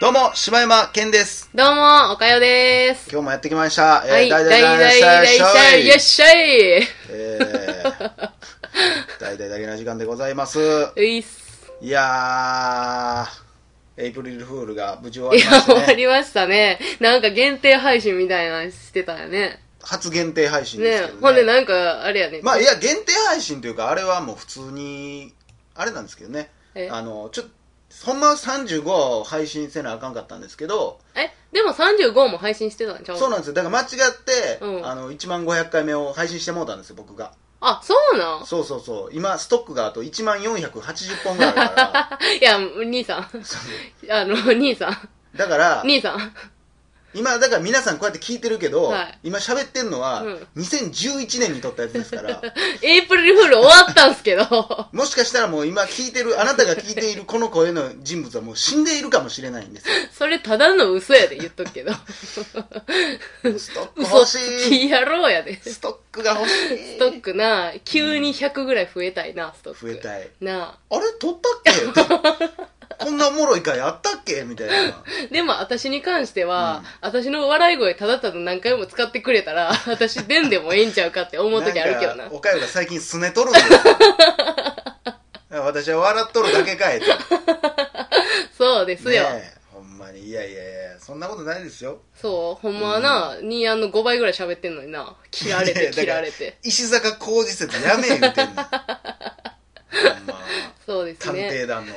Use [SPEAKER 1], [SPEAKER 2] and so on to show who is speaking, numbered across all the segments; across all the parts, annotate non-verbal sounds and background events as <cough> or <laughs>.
[SPEAKER 1] どうも、柴山健です。
[SPEAKER 2] どうも、おかよです。
[SPEAKER 1] 今日もやってきました。
[SPEAKER 2] は
[SPEAKER 1] えー
[SPEAKER 2] い、
[SPEAKER 1] 大
[SPEAKER 2] 大
[SPEAKER 1] 々大々
[SPEAKER 2] 大大大、よっしゃい。
[SPEAKER 1] えー大々だけな時間でございます。
[SPEAKER 2] ういっす。
[SPEAKER 1] いやー、エイプリルフールが無事終わ
[SPEAKER 2] い
[SPEAKER 1] りま
[SPEAKER 2] や、
[SPEAKER 1] し
[SPEAKER 2] 終
[SPEAKER 1] た
[SPEAKER 2] わ
[SPEAKER 1] ね。
[SPEAKER 2] りましたね。なんか限定配信みたいなのしてたよね。
[SPEAKER 1] 初限定配信で
[SPEAKER 2] ね
[SPEAKER 1] すけどね。
[SPEAKER 2] ほんでなんか、あれやね。
[SPEAKER 1] まあ、いや、限定配信というか、あれはもう普通に、あれなんですけどね。
[SPEAKER 2] え
[SPEAKER 1] あの、ちょっと、ほんまは35を配信せなあかんかったんですけど、
[SPEAKER 2] え、でも35も配信してたんちゃう
[SPEAKER 1] そうなんですよ。だから間違って、
[SPEAKER 2] うん
[SPEAKER 1] あの、1万500回目を配信してもうたんですよ、僕が。
[SPEAKER 2] あ、そうなん
[SPEAKER 1] そうそうそう。今、ストックがあと1万480本ぐらいある
[SPEAKER 2] <laughs>
[SPEAKER 1] か
[SPEAKER 2] いや、兄さん。
[SPEAKER 1] らそう。
[SPEAKER 2] あの、兄さん。
[SPEAKER 1] だから、
[SPEAKER 2] 兄さん。
[SPEAKER 1] 今、だから皆さんこうやって聞いてるけど、
[SPEAKER 2] はい
[SPEAKER 1] 今喋ってんのは、
[SPEAKER 2] うん
[SPEAKER 1] 2011年に撮ったやつです
[SPEAKER 2] <laughs>
[SPEAKER 1] から、
[SPEAKER 2] エイプリルフール終わったんすけど。 <laughs>
[SPEAKER 1] もしかしたらもう今聞いてる、あなたが聞いているこの声の人物はもう死んでいるかもしれないんですよ。
[SPEAKER 2] それただの嘘やで、言っとくけど。
[SPEAKER 1] ストック
[SPEAKER 2] 嘘
[SPEAKER 1] <laughs> 欲
[SPEAKER 2] つ
[SPEAKER 1] しい。
[SPEAKER 2] き野郎やで。ス
[SPEAKER 1] ストックが欲しい。
[SPEAKER 2] トックな、急に100ぐらい増えたいな、ストック。
[SPEAKER 1] 増えたい。
[SPEAKER 2] な
[SPEAKER 1] あれ撮ったっ
[SPEAKER 2] <laughs>
[SPEAKER 1] けこんなおもろい回あったっけみたいな。
[SPEAKER 2] あ。でも私に関しては、
[SPEAKER 1] うん
[SPEAKER 2] 私の笑い声ただただ何回も使ってくれ
[SPEAKER 1] <laughs>
[SPEAKER 2] たら、私出んでもええんちゃうかって思う時あるけどな。
[SPEAKER 1] んかおかゆが最近すねとるん
[SPEAKER 2] <laughs>
[SPEAKER 1] ですよ私は笑っとるだけかいと
[SPEAKER 2] そうです
[SPEAKER 1] ね
[SPEAKER 2] よ。
[SPEAKER 1] えほんまにいやいやいやそんなことないですよ
[SPEAKER 2] そう、ほんまはな、にあの5倍ぐらい喋ってんのにな。切られ
[SPEAKER 1] <laughs> いやだ
[SPEAKER 2] て、
[SPEAKER 1] から
[SPEAKER 2] 切られて。
[SPEAKER 1] 石坂浩二説やめ言うてんのほんま
[SPEAKER 2] そうです
[SPEAKER 1] 探
[SPEAKER 2] ね。
[SPEAKER 1] 偵団の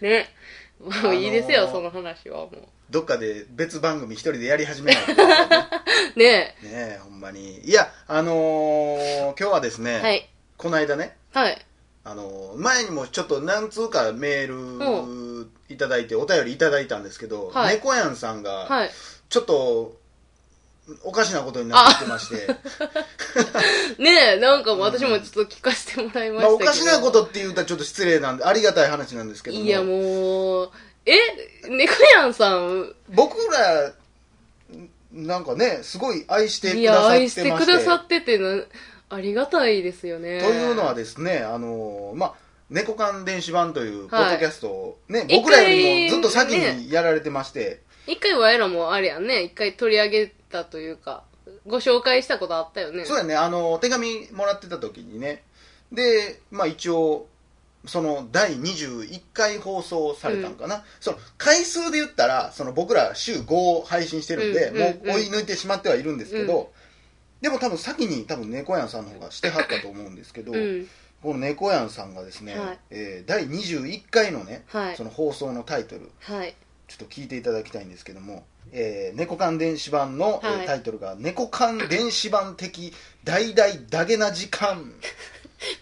[SPEAKER 2] ね。もういいですよ、
[SPEAKER 1] あのー
[SPEAKER 2] その話はも
[SPEAKER 1] どっかで別番組一人でやり始めないとね
[SPEAKER 2] <laughs> う。ね
[SPEAKER 1] えほんまにいやあのー今日はですね、
[SPEAKER 2] え。はい。
[SPEAKER 1] この間ね
[SPEAKER 2] はい。
[SPEAKER 1] あのー前にもちょっと何通かメールいただいてお便りいただいたんですけど、
[SPEAKER 2] はい
[SPEAKER 1] 猫やんさんが、
[SPEAKER 2] はい。
[SPEAKER 1] ちょっと、おかしなことになってきてまして。
[SPEAKER 2] ねえ、なんかもう私もちょっと聞かせてもらいまし
[SPEAKER 1] まあ、
[SPEAKER 2] たけど。
[SPEAKER 1] おかしなことって言うたらちょっと失礼なんで、ありがたい話なんですけども。
[SPEAKER 2] いやもう、え、猫やんさん、
[SPEAKER 1] 僕ら、なんかね、すごい愛して
[SPEAKER 2] い
[SPEAKER 1] くだ
[SPEAKER 2] や、
[SPEAKER 1] さってま
[SPEAKER 2] 愛
[SPEAKER 1] し。
[SPEAKER 2] しててくださっててな、ありがたいですよね。
[SPEAKER 1] というのはですね、あの、まあ、猫缶電子版というポ
[SPEAKER 2] はい
[SPEAKER 1] ッドキャストをね、
[SPEAKER 2] 一回
[SPEAKER 1] 僕らよりもずっと先にやられてまして、
[SPEAKER 2] 一回我らもあれやんね、一回取り上げたというか、ご紹介したことあったよね。
[SPEAKER 1] そうやね、あの、手紙もらってた時にね、で、まあ一応、その第21回放送されたんかな、その回数で言ったらその僕ら週5配信してるんで、
[SPEAKER 2] うんうんうん
[SPEAKER 1] もう追い抜いてしまってはいるんですけど、でも多分先に多分猫やんさんの方がしてはったと思うんですけど、
[SPEAKER 2] うん。
[SPEAKER 1] この猫やんさんがですね、
[SPEAKER 2] はい
[SPEAKER 1] えー第21回のね、
[SPEAKER 2] はい
[SPEAKER 1] その放送のタイトル
[SPEAKER 2] はい。
[SPEAKER 1] ちょっと聞いていただきたいんですけども「えー、猫缶電子版の」えー
[SPEAKER 2] はい
[SPEAKER 1] タイトルが「猫缶電子版的大々ダゲな時
[SPEAKER 2] <laughs>
[SPEAKER 1] 間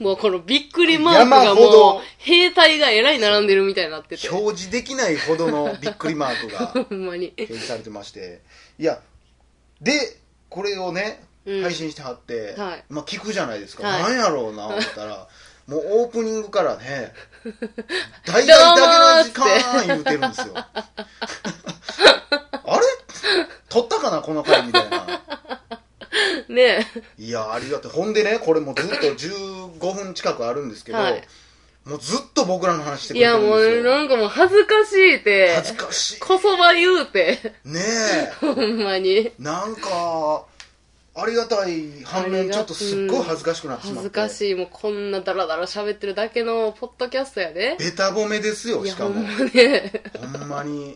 [SPEAKER 2] もうこのびっくりマークが
[SPEAKER 1] 山ほ
[SPEAKER 2] も
[SPEAKER 1] ど
[SPEAKER 2] う、兵隊がえらい並んでるみたいになって」て。
[SPEAKER 1] 表示できないほどのびっくりマークが
[SPEAKER 2] ほんまに。
[SPEAKER 1] 表示されてましていやでこれをね
[SPEAKER 2] うん
[SPEAKER 1] 配信してはって、
[SPEAKER 2] はい
[SPEAKER 1] まあ、聞くじゃないですか、
[SPEAKER 2] はい
[SPEAKER 1] なんやろうな思った
[SPEAKER 2] <laughs>
[SPEAKER 1] らもうオープニングからね「大々ダゲな時間」言うてるんですよ <laughs> あれ撮ったかなこの回みたいな。
[SPEAKER 2] ね
[SPEAKER 1] いやありがたいほんでねこれもうずっと15分近くあるんですけど、
[SPEAKER 2] はい
[SPEAKER 1] もうずっと僕らの話してくれ
[SPEAKER 2] え。い
[SPEAKER 1] て
[SPEAKER 2] や
[SPEAKER 1] るん
[SPEAKER 2] も
[SPEAKER 1] です
[SPEAKER 2] う
[SPEAKER 1] よ
[SPEAKER 2] なんかもう恥ずかしいて。
[SPEAKER 1] 恥ずかしい
[SPEAKER 2] こそば言うて。
[SPEAKER 1] ね
[SPEAKER 2] ほんまに。
[SPEAKER 1] えなんかありがたい反
[SPEAKER 2] あり
[SPEAKER 1] 面
[SPEAKER 2] が
[SPEAKER 1] ちょっとすっごい恥ずかしくなってし
[SPEAKER 2] 恥
[SPEAKER 1] まって
[SPEAKER 2] ずかしい。もうこんなダラダラ喋ってるだけのポッドキャストやで。
[SPEAKER 1] ベタ褒めですよ
[SPEAKER 2] いや、
[SPEAKER 1] しか
[SPEAKER 2] ほ
[SPEAKER 1] も
[SPEAKER 2] んまね。
[SPEAKER 1] ほんまに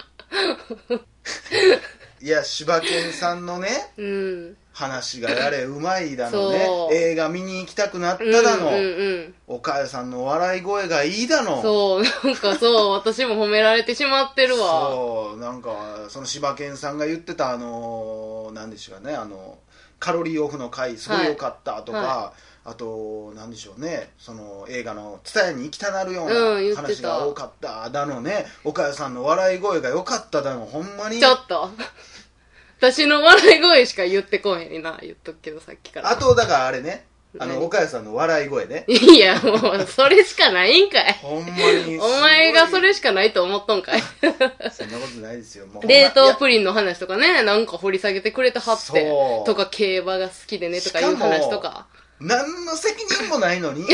[SPEAKER 1] いや柴犬さんのね
[SPEAKER 2] うん。
[SPEAKER 1] 話が
[SPEAKER 2] <laughs>
[SPEAKER 1] やれうまいだのね
[SPEAKER 2] そう
[SPEAKER 1] 映画見に行きたくなっただの、
[SPEAKER 2] うんうん
[SPEAKER 1] お母さんの笑い声がいいだ
[SPEAKER 2] う
[SPEAKER 1] の
[SPEAKER 2] ん、そう、なんかそう、私も褒められてしまってるわ。
[SPEAKER 1] そうなんかその柴犬さんが言ってたあのーなんでしょうかねあのカロリーオフの回すごい良かったとか、
[SPEAKER 2] は
[SPEAKER 1] あとなんでしょうねその映画の「蔦屋に行きたなるよ
[SPEAKER 2] うん
[SPEAKER 1] う
[SPEAKER 2] 言
[SPEAKER 1] な
[SPEAKER 2] ってた
[SPEAKER 1] 話が多かった」だのね岡谷さんの笑い声が良かっただのほんまに
[SPEAKER 2] ちょっと。私の笑い声しか言ってこへんにな、言っとくけどさっきから。
[SPEAKER 1] あとだからあれねあの
[SPEAKER 2] 何
[SPEAKER 1] 岡谷さんの笑い声
[SPEAKER 2] <laughs>
[SPEAKER 1] ね
[SPEAKER 2] いや、もう、それしかないんかい。
[SPEAKER 1] ほんまに
[SPEAKER 2] お前がそれ
[SPEAKER 1] し
[SPEAKER 2] しかないと思っとんかい。
[SPEAKER 1] そんなことないですよもうほんま
[SPEAKER 2] 冷凍
[SPEAKER 1] い
[SPEAKER 2] プリンの話とかね、なんか掘り下げてくれてはって
[SPEAKER 1] そう。
[SPEAKER 2] とか、競馬が好きでね、とかいう話とか。
[SPEAKER 1] <laughs> や何の責任もないのに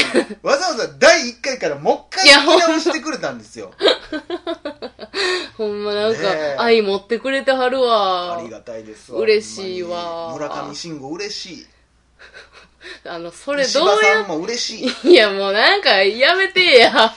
[SPEAKER 1] わざわざ第1回からもう一回
[SPEAKER 2] いやほ
[SPEAKER 1] 聞
[SPEAKER 2] ん
[SPEAKER 1] き
[SPEAKER 2] ま
[SPEAKER 1] 直してくれたんですよ。
[SPEAKER 2] ほんまなんか
[SPEAKER 1] ねえ
[SPEAKER 2] 愛持ってくれてはるわ
[SPEAKER 1] ありがたいです
[SPEAKER 2] 嬉しいわ
[SPEAKER 1] ほんまに村上信五嬉しい。
[SPEAKER 2] あのそれ
[SPEAKER 1] 石
[SPEAKER 2] どう
[SPEAKER 1] 破さ
[SPEAKER 2] や
[SPEAKER 1] んも嬉しい。
[SPEAKER 2] いやもうなんかやめてや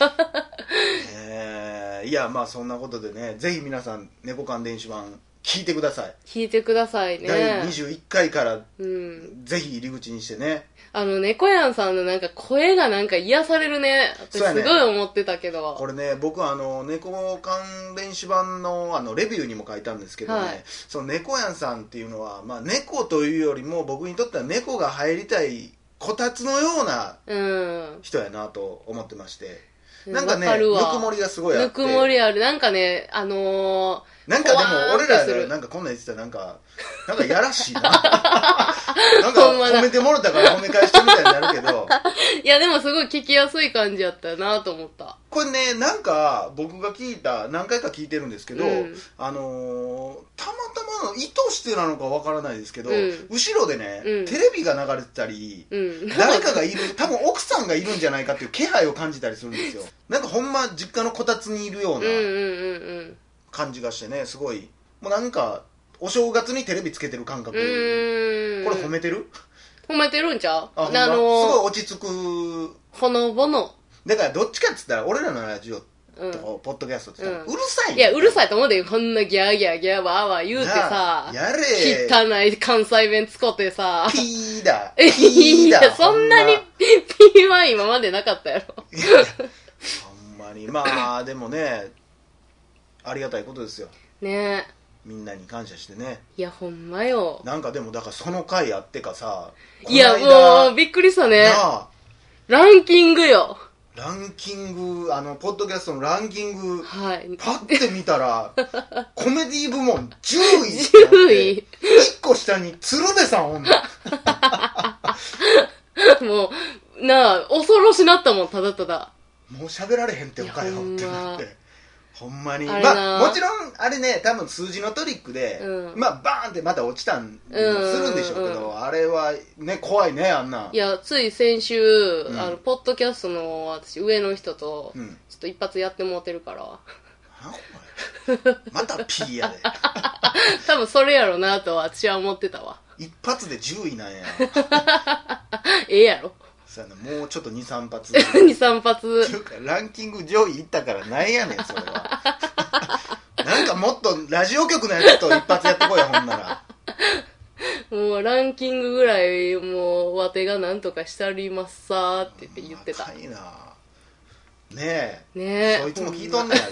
[SPEAKER 1] えーいや、まあそんなことでね、ぜひ皆さん、猫缶電子版、聞いてください。
[SPEAKER 2] 聞いてくださいね
[SPEAKER 1] 第21回から、
[SPEAKER 2] うん
[SPEAKER 1] ぜひ入り口にしてね。
[SPEAKER 2] あの猫やんさんのなんか声がなんか癒されるね私
[SPEAKER 1] そうや
[SPEAKER 2] す
[SPEAKER 1] ね
[SPEAKER 2] ごい思ってたけど、
[SPEAKER 1] これね僕はあの猫関電子版のあのレビューにも書いたんですけどね、
[SPEAKER 2] はい
[SPEAKER 1] その猫やんさんっていうのは、まあ、猫というよりも僕にとっては猫が入りたいこたつのような
[SPEAKER 2] うん
[SPEAKER 1] 人やなと思ってまして、
[SPEAKER 2] うん
[SPEAKER 1] なんかね
[SPEAKER 2] わ
[SPEAKER 1] ぬ
[SPEAKER 2] るわ
[SPEAKER 1] くもりがすごいあ
[SPEAKER 2] ぬ
[SPEAKER 1] って
[SPEAKER 2] くもりあるなんかねあの
[SPEAKER 1] なんかでも俺
[SPEAKER 2] ほわーっとす
[SPEAKER 1] ら
[SPEAKER 2] る
[SPEAKER 1] なんかこんなん言ってたらなんかなんかやらしい
[SPEAKER 2] <laughs>
[SPEAKER 1] ななんか
[SPEAKER 2] ほんまだ
[SPEAKER 1] 褒めてもろたから褒め返してみたいになるけど
[SPEAKER 2] ーいやでもすごい聞きやすい感じやったなと思った
[SPEAKER 1] これねなんか僕が聞いた何回か聞いてるんですけど、
[SPEAKER 2] うん
[SPEAKER 1] あのーたまたまの意図してなのかわからないですけど、
[SPEAKER 2] うん
[SPEAKER 1] 後ろでね、
[SPEAKER 2] うん
[SPEAKER 1] テレビが流れてた
[SPEAKER 2] <laughs>
[SPEAKER 1] り
[SPEAKER 2] うん
[SPEAKER 1] 誰かがいる多分奥さんがいるんじゃないかっていう気配を感じたりするん
[SPEAKER 2] <laughs>
[SPEAKER 1] ですよなんかほんま実家のこたつにいるよう
[SPEAKER 2] うん
[SPEAKER 1] な
[SPEAKER 2] うんうん
[SPEAKER 1] 感じがしてねすごいもうなんかお正月にテレビつけてる感
[SPEAKER 2] うんう
[SPEAKER 1] 覚これ
[SPEAKER 2] ーん
[SPEAKER 1] 褒めてる
[SPEAKER 2] 褒めてるんちゃう
[SPEAKER 1] あ、ほんま
[SPEAKER 2] あの
[SPEAKER 1] す
[SPEAKER 2] ー
[SPEAKER 1] ごい落ち着く
[SPEAKER 2] ほのぼの、
[SPEAKER 1] だからどっちかっつったら俺らのラジオ
[SPEAKER 2] うん
[SPEAKER 1] とか、ポッドキャストって言ったら
[SPEAKER 2] うん
[SPEAKER 1] うるさい
[SPEAKER 2] いやうる
[SPEAKER 1] い
[SPEAKER 2] さいと思うでこんなギャーギャーギャーわーわー言うてさ
[SPEAKER 1] やれ
[SPEAKER 2] 汚い関西弁使ってさ
[SPEAKER 1] ピーだ。ピ
[SPEAKER 2] い
[SPEAKER 1] ーだ。
[SPEAKER 2] や、そんなに
[SPEAKER 1] ほ
[SPEAKER 2] P は今までなかったやろ。
[SPEAKER 1] んま。ほんまに。まあ、でもね、ありがたいことですよ。
[SPEAKER 2] ね
[SPEAKER 1] みんなに感謝してね。
[SPEAKER 2] え。いや、ほんまよ。
[SPEAKER 1] なんかでも、だからその回あってかさ、
[SPEAKER 2] いや、
[SPEAKER 1] この間
[SPEAKER 2] もう、びっくりしたね
[SPEAKER 1] な。あ
[SPEAKER 2] ランキングよ。
[SPEAKER 1] ランキング、あの、ポッドキャストのランキング、
[SPEAKER 2] はい。
[SPEAKER 1] パッて見た
[SPEAKER 2] <laughs>
[SPEAKER 1] ら、コメディ部門10位ってなっ
[SPEAKER 2] 10
[SPEAKER 1] て。
[SPEAKER 2] 位。
[SPEAKER 1] 1個下に鶴瓶さんおんの。
[SPEAKER 2] <laughs> もう、なあ、恐ろしなったもん、ただただ。
[SPEAKER 1] もう喋られへんっておかよ
[SPEAKER 2] いや
[SPEAKER 1] ってなってほんまに
[SPEAKER 2] あれな
[SPEAKER 1] まあもちろんあれね多分数字のトリックで、
[SPEAKER 2] うん
[SPEAKER 1] まあバーンってまた落ちたんす
[SPEAKER 2] うんうんうん
[SPEAKER 1] るんでしょうけど、あれはね怖いねあんない
[SPEAKER 2] や、つい先週、
[SPEAKER 1] ん
[SPEAKER 2] あの、ポッドキャストの、私、上の人と、
[SPEAKER 1] うん
[SPEAKER 2] ちょっと一発やってもうてるから。 <laughs>
[SPEAKER 1] なんだお前また P やで
[SPEAKER 2] 多分それやろなとは、私は思ってたわ。
[SPEAKER 1] 一発で10位なんや
[SPEAKER 2] ええやろ。 <laughs>
[SPEAKER 1] そうやなもうちょっと23発
[SPEAKER 2] 2、3発
[SPEAKER 1] って。いうかランキング上位いったからなんやねんそれ
[SPEAKER 2] <laughs>
[SPEAKER 1] はなんかもっとラジオ局のやつと一発やってこいよほんなら
[SPEAKER 2] もうランキングぐらい、もう、わてがなんとかしたりますさーって言って言ってた。
[SPEAKER 1] 高
[SPEAKER 2] ね
[SPEAKER 1] いなねえ
[SPEAKER 2] え。
[SPEAKER 1] そいつも聞いとんね
[SPEAKER 2] <laughs>
[SPEAKER 1] んあ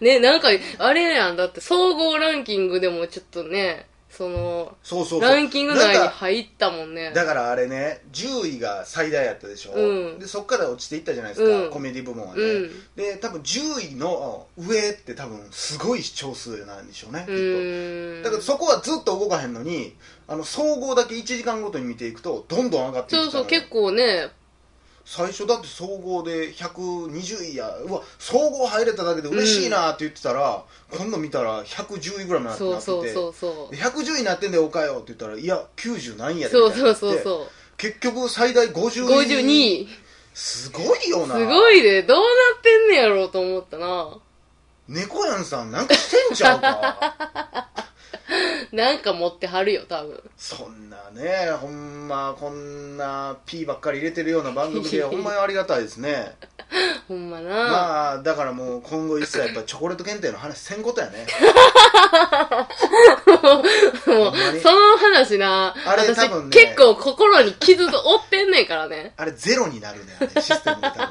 [SPEAKER 1] れ
[SPEAKER 2] ねえ、なんか、あれやん。だって、総合ランキングでもちょっとね、その、
[SPEAKER 1] そうそうそう
[SPEAKER 2] ランキング内
[SPEAKER 1] な
[SPEAKER 2] に
[SPEAKER 1] んか
[SPEAKER 2] 入ったもんね。
[SPEAKER 1] だからあれね10位が最大やったでしょ、
[SPEAKER 2] うん
[SPEAKER 1] でそっから落ちていったじゃないですか、
[SPEAKER 2] うん
[SPEAKER 1] コメディ部門はね、
[SPEAKER 2] うん。
[SPEAKER 1] で多分10位の上って多分すごい視聴数なんでしょうね、き
[SPEAKER 2] う
[SPEAKER 1] っ
[SPEAKER 2] ーん。
[SPEAKER 1] とだからそこはずっと動かへんのにあの総合だけ1時間ごとに見ていくとどんどん上がってい
[SPEAKER 2] そう
[SPEAKER 1] く
[SPEAKER 2] そう、結構ね、
[SPEAKER 1] 最初だって総合で120位やうわ総合入れただけで嬉しいなって言ってたら、今度見たら110位ぐらいまでな
[SPEAKER 2] そ
[SPEAKER 1] っ
[SPEAKER 2] う
[SPEAKER 1] てて
[SPEAKER 2] そうそうそう
[SPEAKER 1] で。110位になってんだよおかよって言ったらいや90何位やで
[SPEAKER 2] そう
[SPEAKER 1] みたいに
[SPEAKER 2] そ
[SPEAKER 1] な
[SPEAKER 2] う
[SPEAKER 1] って
[SPEAKER 2] そうそ
[SPEAKER 1] 結局最大50
[SPEAKER 2] う。
[SPEAKER 1] 位
[SPEAKER 2] 52位。
[SPEAKER 1] すごいよ
[SPEAKER 2] す
[SPEAKER 1] な
[SPEAKER 2] ごいで、どうなってんねやろうと思ったな。
[SPEAKER 1] 猫やんさんなんかしてんちゃうか <laughs>
[SPEAKER 2] なんか持ってはるよ、多分。
[SPEAKER 1] そんなねほんまこんな P ばっかり入れてるような番
[SPEAKER 2] <laughs>
[SPEAKER 1] 組でほんまにありがたいですね
[SPEAKER 2] ほんまな。
[SPEAKER 1] まあだからもう今後一切やっぱチョコレート検定の話せんことやね
[SPEAKER 2] <laughs> もう、
[SPEAKER 1] ほんまに
[SPEAKER 2] その話な、
[SPEAKER 1] あれ
[SPEAKER 2] 私、
[SPEAKER 1] 多分ね
[SPEAKER 2] 結構心に傷と負ってんねんからね。
[SPEAKER 1] あれゼロになるねあれシステムが
[SPEAKER 2] <laughs>
[SPEAKER 1] 多分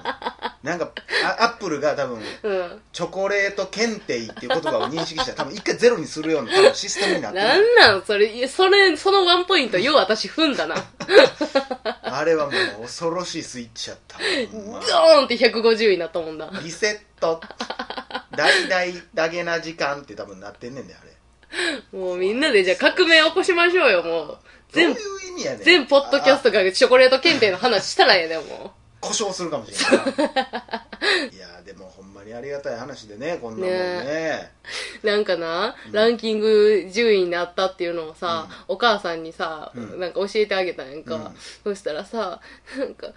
[SPEAKER 1] なんかあアップルが多分
[SPEAKER 2] うん。
[SPEAKER 1] チョコレート検定っていう言葉を認識したら多分一回ゼロにするような多分システムになってる
[SPEAKER 2] なんなんそれ、いやそれ、そのワンポイント、よう私踏んだな。
[SPEAKER 1] あれはもう恐ろしいスイッチや
[SPEAKER 2] <laughs>
[SPEAKER 1] ったほん
[SPEAKER 2] ド
[SPEAKER 1] ま
[SPEAKER 2] ーンって150位になったもんだ。
[SPEAKER 1] リセット大々だけな時間って多分なってんねんであれ
[SPEAKER 2] もうみんなでじゃあ革命起こしましょうよ、もう。全
[SPEAKER 1] ど、ういう意味やねん
[SPEAKER 2] 全ポッドキャス
[SPEAKER 1] ト
[SPEAKER 2] トがチョコレート検定の話したらええねん、も
[SPEAKER 1] 故障するかもし
[SPEAKER 2] <laughs>
[SPEAKER 1] れないいやでもほんまにありがたい話でねこんなもんね
[SPEAKER 2] う。なんかな、ランキング10位になったっていうのをさ、お母さんにさ、
[SPEAKER 1] うん
[SPEAKER 2] なんか教えてあげたんやんか。
[SPEAKER 1] うん
[SPEAKER 2] そしたらさ、なんか、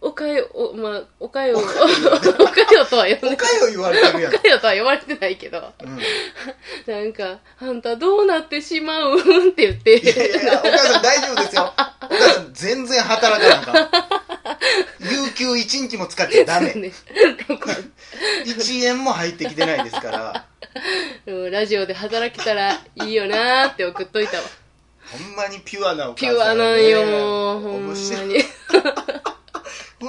[SPEAKER 2] おかよ、お、まあ、おか <laughs> よ、おかよとは呼ん
[SPEAKER 1] お
[SPEAKER 2] で、
[SPEAKER 1] かよ言われてるや
[SPEAKER 2] お
[SPEAKER 1] ん、
[SPEAKER 2] <laughs> かよとは呼ばれてないけど、
[SPEAKER 1] うん、い
[SPEAKER 2] なんか、あんたどうなってしまうんって言って、
[SPEAKER 1] やいやいやお母さん大丈夫ですよお母さん全然働かなあかん有給1日も使っちゃダメ
[SPEAKER 2] <laughs> そうね
[SPEAKER 1] 1円も入ってきてないですから
[SPEAKER 2] うんラジオで働けたらいいよなーって送っといたわ。
[SPEAKER 1] ほんまにピュアなお母
[SPEAKER 2] ピ
[SPEAKER 1] さん
[SPEAKER 2] ュアなんよ、もう、ほんま
[SPEAKER 1] 面
[SPEAKER 2] に。
[SPEAKER 1] 白
[SPEAKER 2] そ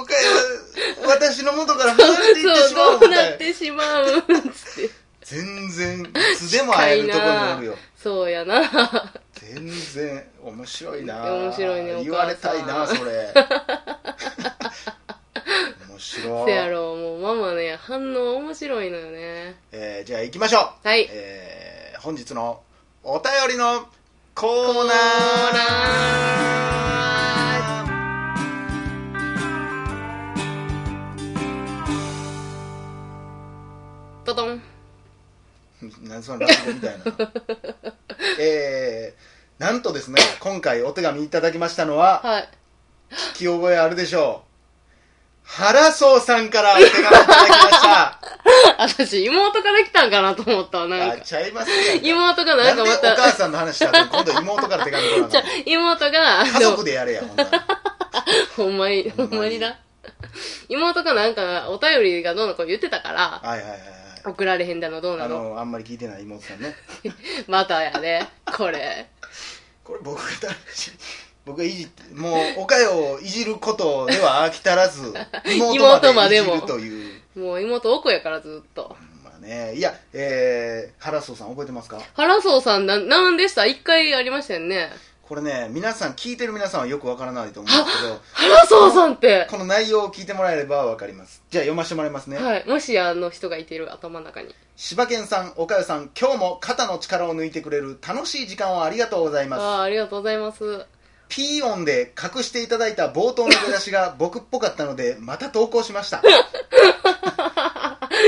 [SPEAKER 2] う
[SPEAKER 1] い、向井は私の元から離れていってしまう
[SPEAKER 2] ど
[SPEAKER 1] み
[SPEAKER 2] うな
[SPEAKER 1] た
[SPEAKER 2] っ
[SPEAKER 1] い
[SPEAKER 2] てしまうんつって。
[SPEAKER 1] 全然いつでも会えるところにおるよ
[SPEAKER 2] そうやな。
[SPEAKER 1] 全然面白いな
[SPEAKER 2] 面白いねお母さん
[SPEAKER 1] 言われたいなそれ面白 <laughs>
[SPEAKER 2] せや
[SPEAKER 1] い、
[SPEAKER 2] ろ、もうママね、反応面白いのよね。
[SPEAKER 1] えーじゃあ行きましょう、
[SPEAKER 2] はい。
[SPEAKER 1] えー本日のお便りのコーナー
[SPEAKER 2] コートトン。
[SPEAKER 1] 何その落語みたいなえー、なんとですね今回お手紙いただきましたのは、
[SPEAKER 2] はい。 <laughs>
[SPEAKER 1] 聞き覚えあるでしょう原荘さんからお手紙いただきました
[SPEAKER 2] 私、妹から来たんかなと思ったわ、なん
[SPEAKER 1] あ
[SPEAKER 2] か。
[SPEAKER 1] ちゃいますやんか
[SPEAKER 2] 妹がな
[SPEAKER 1] なんんで
[SPEAKER 2] か
[SPEAKER 1] お
[SPEAKER 2] また、
[SPEAKER 1] 母さんの話した後に今度妹から手紙来なあ
[SPEAKER 2] じ
[SPEAKER 1] か
[SPEAKER 2] ゃ
[SPEAKER 1] ん
[SPEAKER 2] 妹が、
[SPEAKER 1] の家族でやれやほんなら
[SPEAKER 2] ほんまに、ほんまにだ。妹がなんか、お便りがどうのこう言ってたから、
[SPEAKER 1] はいはいはいはい
[SPEAKER 2] 送られへんだのどう
[SPEAKER 1] あ
[SPEAKER 2] なの
[SPEAKER 1] のあんまり聞いてない妹さんね
[SPEAKER 2] またやね、これ。
[SPEAKER 1] これ僕が正しい僕がいじってもうおかよをいじることでは飽き足らず妹
[SPEAKER 2] 妹
[SPEAKER 1] ま
[SPEAKER 2] ま
[SPEAKER 1] でい
[SPEAKER 2] で
[SPEAKER 1] じ
[SPEAKER 2] も
[SPEAKER 1] るという
[SPEAKER 2] もう妹奥やからずっと。
[SPEAKER 1] まあねいやえー、原荘さん覚えてますか
[SPEAKER 2] 原荘さんな、なんでした一回ありましたよね。
[SPEAKER 1] これね皆さん聞いてる皆さんはよくわからないと思うんですけど
[SPEAKER 2] 原荘さんって、
[SPEAKER 1] <laughs> この内容を聞いてもらえればわかりますじゃあ読ませてもらいますね、
[SPEAKER 2] はい。もしあの人がいている頭の中に。
[SPEAKER 1] 柴犬さん岡代さん今日も肩の力を抜いてくれる楽しい時間をありがとうございます
[SPEAKER 2] ああ、ありがとうございます。 <laughs>
[SPEAKER 1] ピー音で隠していただいた冒頭の出だしが <laughs> 僕っぽかったのでまた投稿しま
[SPEAKER 2] <laughs>
[SPEAKER 1] した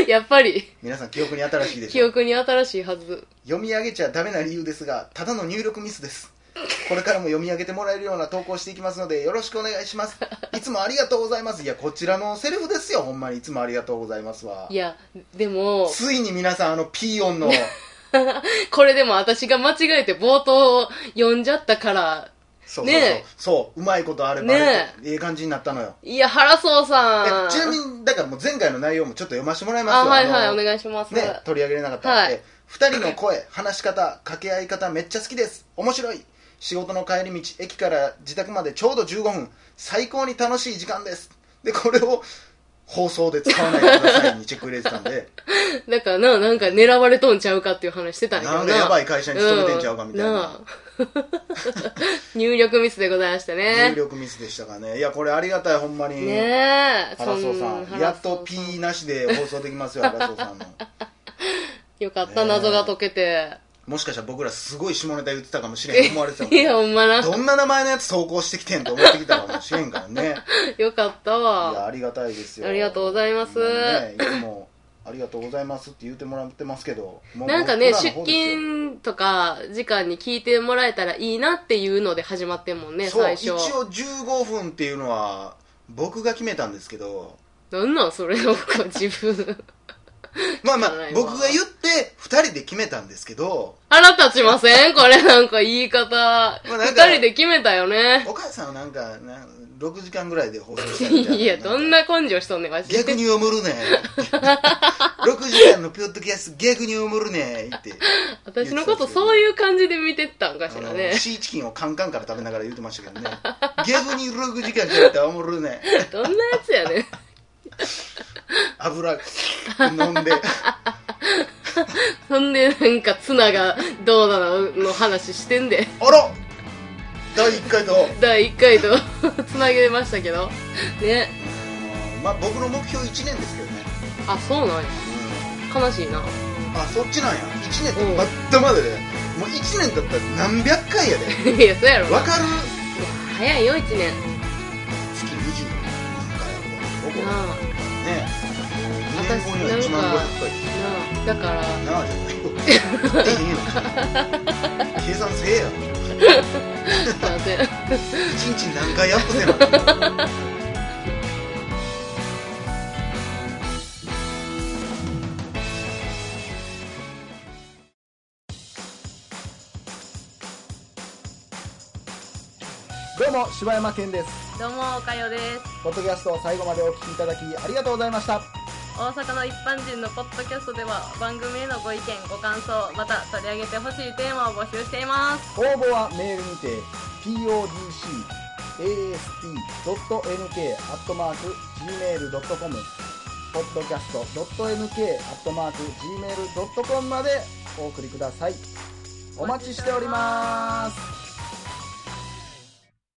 [SPEAKER 2] やっぱり、
[SPEAKER 1] 皆さん記憶に新しいでし
[SPEAKER 2] 記
[SPEAKER 1] ょう
[SPEAKER 2] 憶に新しいはず。
[SPEAKER 1] 読み上げちゃダメな理由ですがただの入力ミスですこれからも読み上げてもらえるような投稿していきますのでよろしくお願いし
[SPEAKER 2] <laughs>
[SPEAKER 1] ますいつもありがとうございますいやこちらのセリフですよほんまにいつもありがとうございますわ
[SPEAKER 2] いや、でも、
[SPEAKER 1] ついに皆さんあのピー音の
[SPEAKER 2] これでも私が間違えて冒頭を読んじゃったから、
[SPEAKER 1] そうそうそう、
[SPEAKER 2] ねえ
[SPEAKER 1] そううまいことあれば、
[SPEAKER 2] ね
[SPEAKER 1] ええ感じになったのよ
[SPEAKER 2] いや、原荘さん。
[SPEAKER 1] えちなみにだからもう前回の内容もちょっと読ませてもらいますよ
[SPEAKER 2] あ、はいはい、
[SPEAKER 1] あ
[SPEAKER 2] お
[SPEAKER 1] の
[SPEAKER 2] 願いします。
[SPEAKER 1] ね、取り上げれなかった
[SPEAKER 2] はい
[SPEAKER 1] で2人の声話し方掛け合い方めっちゃ好きです面白い仕事の帰り道駅から自宅までちょうど15分最高に楽しい時間ですでこれを放送で使わないでくださいにチェック入れてたん
[SPEAKER 2] <laughs>
[SPEAKER 1] で
[SPEAKER 2] だからな、なんか狙われとんちゃうかっていう話してたんやけど
[SPEAKER 1] な
[SPEAKER 2] な。
[SPEAKER 1] んかやばい会社に勤めてんちゃうかみたいな,、
[SPEAKER 2] うんあ <laughs> 入力ミスでございましたね。
[SPEAKER 1] 入力ミスでしたからねいやこれありがたいほんまに、
[SPEAKER 2] ねえ、
[SPEAKER 1] 原荘さ
[SPEAKER 2] そ
[SPEAKER 1] ん
[SPEAKER 2] な
[SPEAKER 1] やっと
[SPEAKER 2] 原荘
[SPEAKER 1] P なしで放送できますよ原荘さんの
[SPEAKER 2] よかっ
[SPEAKER 1] ね
[SPEAKER 2] た、
[SPEAKER 1] え
[SPEAKER 2] 謎が解けて。
[SPEAKER 1] もしかしたら僕らすごい下ネタ言ってたかもしれん思われてたもん
[SPEAKER 2] <laughs> いや、ほんまな。
[SPEAKER 1] どんな名前のやつ投稿してきてんと思ってきたかもしれんから
[SPEAKER 2] <laughs>
[SPEAKER 1] ね
[SPEAKER 2] よかった
[SPEAKER 1] いや
[SPEAKER 2] わ。
[SPEAKER 1] ありがたいですよ
[SPEAKER 2] ありがとうございます
[SPEAKER 1] もうね、いつもありがとうございますって言ってもらってますけどもう
[SPEAKER 2] なんかね、
[SPEAKER 1] 僕
[SPEAKER 2] 出
[SPEAKER 1] らの方ですよ
[SPEAKER 2] 勤とか時間に聞いてもらえたらいいなっていうので始まってんもんね、
[SPEAKER 1] そう
[SPEAKER 2] 最初。
[SPEAKER 1] 一応15分っていうのは僕が決めたんですけど
[SPEAKER 2] なんなん、それの、こう自分。
[SPEAKER 1] まあまあ
[SPEAKER 2] 知らないわ
[SPEAKER 1] 僕が言って2人で決めたんですけど
[SPEAKER 2] 腹立ちませんこれなんか言い方。二、
[SPEAKER 1] なんか
[SPEAKER 2] 人で決めたよね。
[SPEAKER 1] お母さんはなんかな6時間ぐらいで放送したみたいない
[SPEAKER 2] や、どんな根性しとんねん、わし。
[SPEAKER 1] 逆におも
[SPEAKER 2] <laughs>
[SPEAKER 1] るね6時間のピョットキャス逆におもるねって
[SPEAKER 2] 私のことそういう感じで見てったんかし
[SPEAKER 1] あ
[SPEAKER 2] ら
[SPEAKER 1] の
[SPEAKER 2] ね。
[SPEAKER 1] シーチキンをカンカンから食べながら言ってましたけどね逆に6時間かかったらおもるね
[SPEAKER 2] どんなやつやねん。
[SPEAKER 1] 油飲んで
[SPEAKER 2] そんで、なんか、ツナがどうなのの話してんで。
[SPEAKER 1] あら第1回と、
[SPEAKER 2] 第1回と <laughs> つなげましたけど。ね。
[SPEAKER 1] まあ、僕の目標1年ですけどね、
[SPEAKER 2] あ、そうなんや。悲しいな。
[SPEAKER 1] あそっちなんや1年って
[SPEAKER 2] うん
[SPEAKER 1] まったまででもう1年だったら何百回やで
[SPEAKER 2] <laughs> いや、そうやろな。
[SPEAKER 1] わかる
[SPEAKER 2] 早いよ、1年。
[SPEAKER 1] 月20回やろ僕
[SPEAKER 2] な
[SPEAKER 1] は
[SPEAKER 2] あ。
[SPEAKER 1] ね2年後には1万500回
[SPEAKER 2] なあ。だから、
[SPEAKER 1] なあじゃないよええよ計算せえや <laughs>
[SPEAKER 2] すいません。
[SPEAKER 1] 一日に何回アップせなどうも柴山健です
[SPEAKER 2] どうも、おかよです。
[SPEAKER 1] ポッドキャストを最後までお聞きいただきありがとうございました
[SPEAKER 2] 大阪の一般人のポッドキャストでは番組へのご意見、ご感想、また取り上げてほしいテーマを募集しています。
[SPEAKER 1] 応募はメールにて podcast.nk.gmail.com podcast.nk.gmail.com までお送りくださいお待ちしております